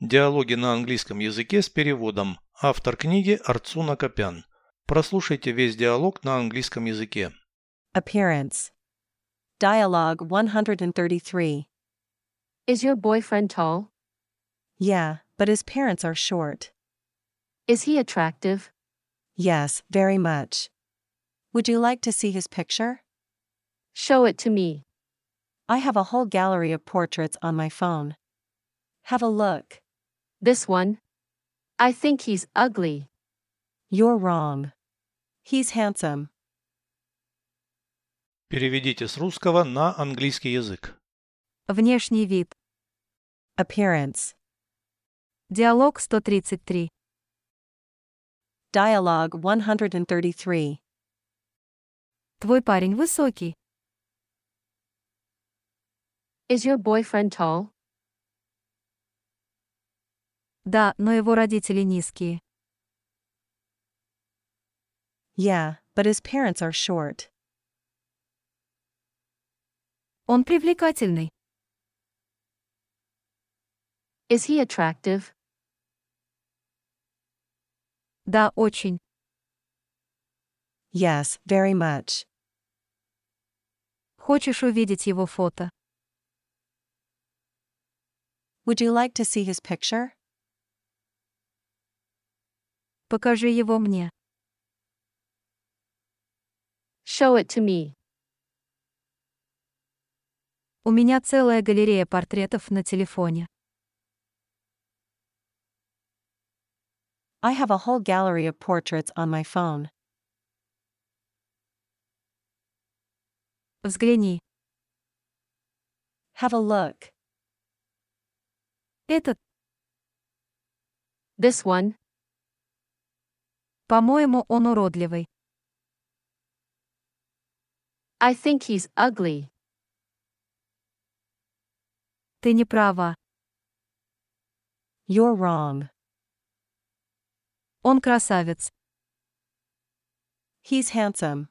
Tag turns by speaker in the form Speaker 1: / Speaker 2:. Speaker 1: Диалоги на английском языке с переводом. Автор книги Арцуна Копян. Прослушайте весь диалог на английском языке.
Speaker 2: Appearance. Dialogue 133.
Speaker 3: Is your boyfriend tall?
Speaker 2: Yeah, but his parents are short.
Speaker 3: Is he attractive?
Speaker 2: Yes, very much. Would you like to see his picture?
Speaker 3: Show it to me.
Speaker 2: I have a whole gallery of portraits on my phone. Have a look.
Speaker 3: This one? I think he's ugly.
Speaker 2: You're wrong. He's handsome.
Speaker 1: Переведите с русского на английский язык.
Speaker 4: Внешний вид.
Speaker 2: Appearance.
Speaker 4: Диалог 133.
Speaker 2: Dialogue 133.
Speaker 4: Твой парень высокий.
Speaker 3: Is your boyfriend tall?
Speaker 4: Да, но его родители низкие.
Speaker 2: Yeah, but his parents are short.
Speaker 4: Он привлекательный.
Speaker 3: Is he attractive?
Speaker 4: Да, очень.
Speaker 2: Yes, very much.
Speaker 4: Хочешь увидеть его фото?
Speaker 2: Would you like to see his picture?
Speaker 4: Покажи его мне.
Speaker 3: Show it to me.
Speaker 4: У меня целая галерея портретов на телефоне.
Speaker 2: I have a whole gallery of portraits on my phone.
Speaker 4: Взгляни.
Speaker 2: Have a look.
Speaker 4: Этот,
Speaker 3: This one?
Speaker 4: по-моему, он уродливый.
Speaker 3: I think he's ugly.
Speaker 4: Ты не права.
Speaker 2: You're wrong.
Speaker 4: Он красавец.
Speaker 2: He's handsome.